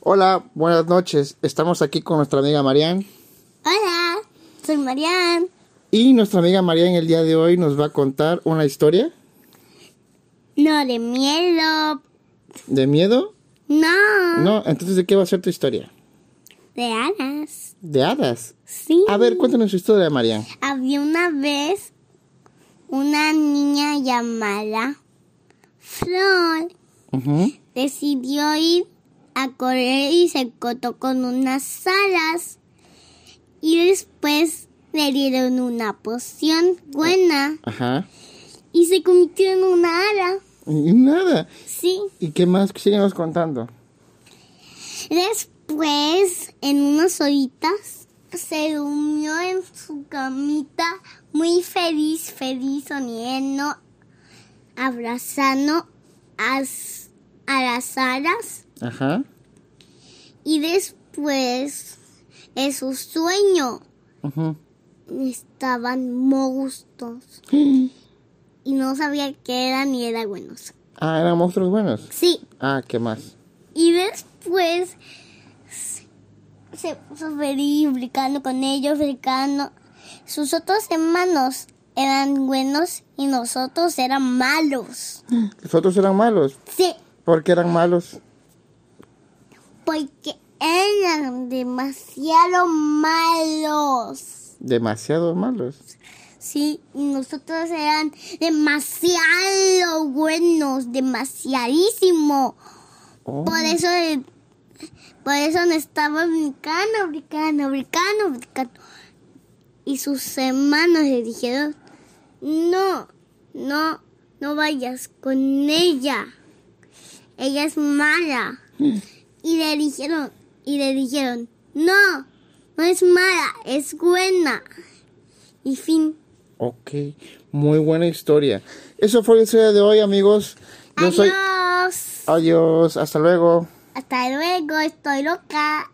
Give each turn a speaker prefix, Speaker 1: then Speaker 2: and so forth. Speaker 1: Hola, buenas noches. Estamos aquí con nuestra amiga Marian.
Speaker 2: Hola, soy Marian.
Speaker 1: Y nuestra amiga Marian el día de hoy nos va a contar una historia
Speaker 2: No de miedo.
Speaker 1: de miedo.
Speaker 2: No.
Speaker 1: No, entonces, ¿de qué va a ser tu historia?
Speaker 2: De hadas.
Speaker 1: De hadas.
Speaker 2: Sí.
Speaker 1: A ver, cuéntanos su historia, Marian.
Speaker 2: Había una vez una niña llamada Flor.
Speaker 1: Ujú.
Speaker 2: Decidió ir a correr y se cotó con unas alas. Y después le dieron una poción buena
Speaker 1: Ajá.
Speaker 2: y se convirtió en una ala.
Speaker 1: Y nada.
Speaker 2: Sí.
Speaker 1: ¿Y qué más? Síguenos contando.
Speaker 2: Después, en unas horitas, se durmió en su camita, muy feliz, feliz, sonriendo, abrazando a, s- a las alas.
Speaker 1: Ajá.
Speaker 2: Y después, en su sueño,
Speaker 1: Ujú.
Speaker 2: estaban monstruos. Y no sabía qué eran ni eran buenos.
Speaker 1: Ah, eran monstruos buenos.
Speaker 2: Sí,
Speaker 1: Ah, ¿qué más?
Speaker 2: Y después se- se puso feliz brincando con ellos, brincando. Sus otros hermanos eran buenos y nosotros eran malos.
Speaker 1: Los otros eran malos.
Speaker 2: Sí,
Speaker 1: ¿Por qué eran malos?
Speaker 2: porque eran demasiado malos.
Speaker 1: Demasiado malos.
Speaker 2: Sí, y nosotros eran demasiado buenos, demasiadísimo.
Speaker 1: Oh.
Speaker 2: Por eso, eh, por eso no estaba brincando, brincando, brincando, brincando. Y sus hermanos le dijeron, no, no, no vayas con ella. Ella es mala. Y le dijeron, y le dijeron, no, no es mala, es buena. Y fin.
Speaker 1: Ok, muy buena historia. Eso fue la historia de hoy, amigos. Yo
Speaker 2: Adiós.
Speaker 1: soy. Adiós, hasta luego.
Speaker 2: Hasta luego, estoy loca.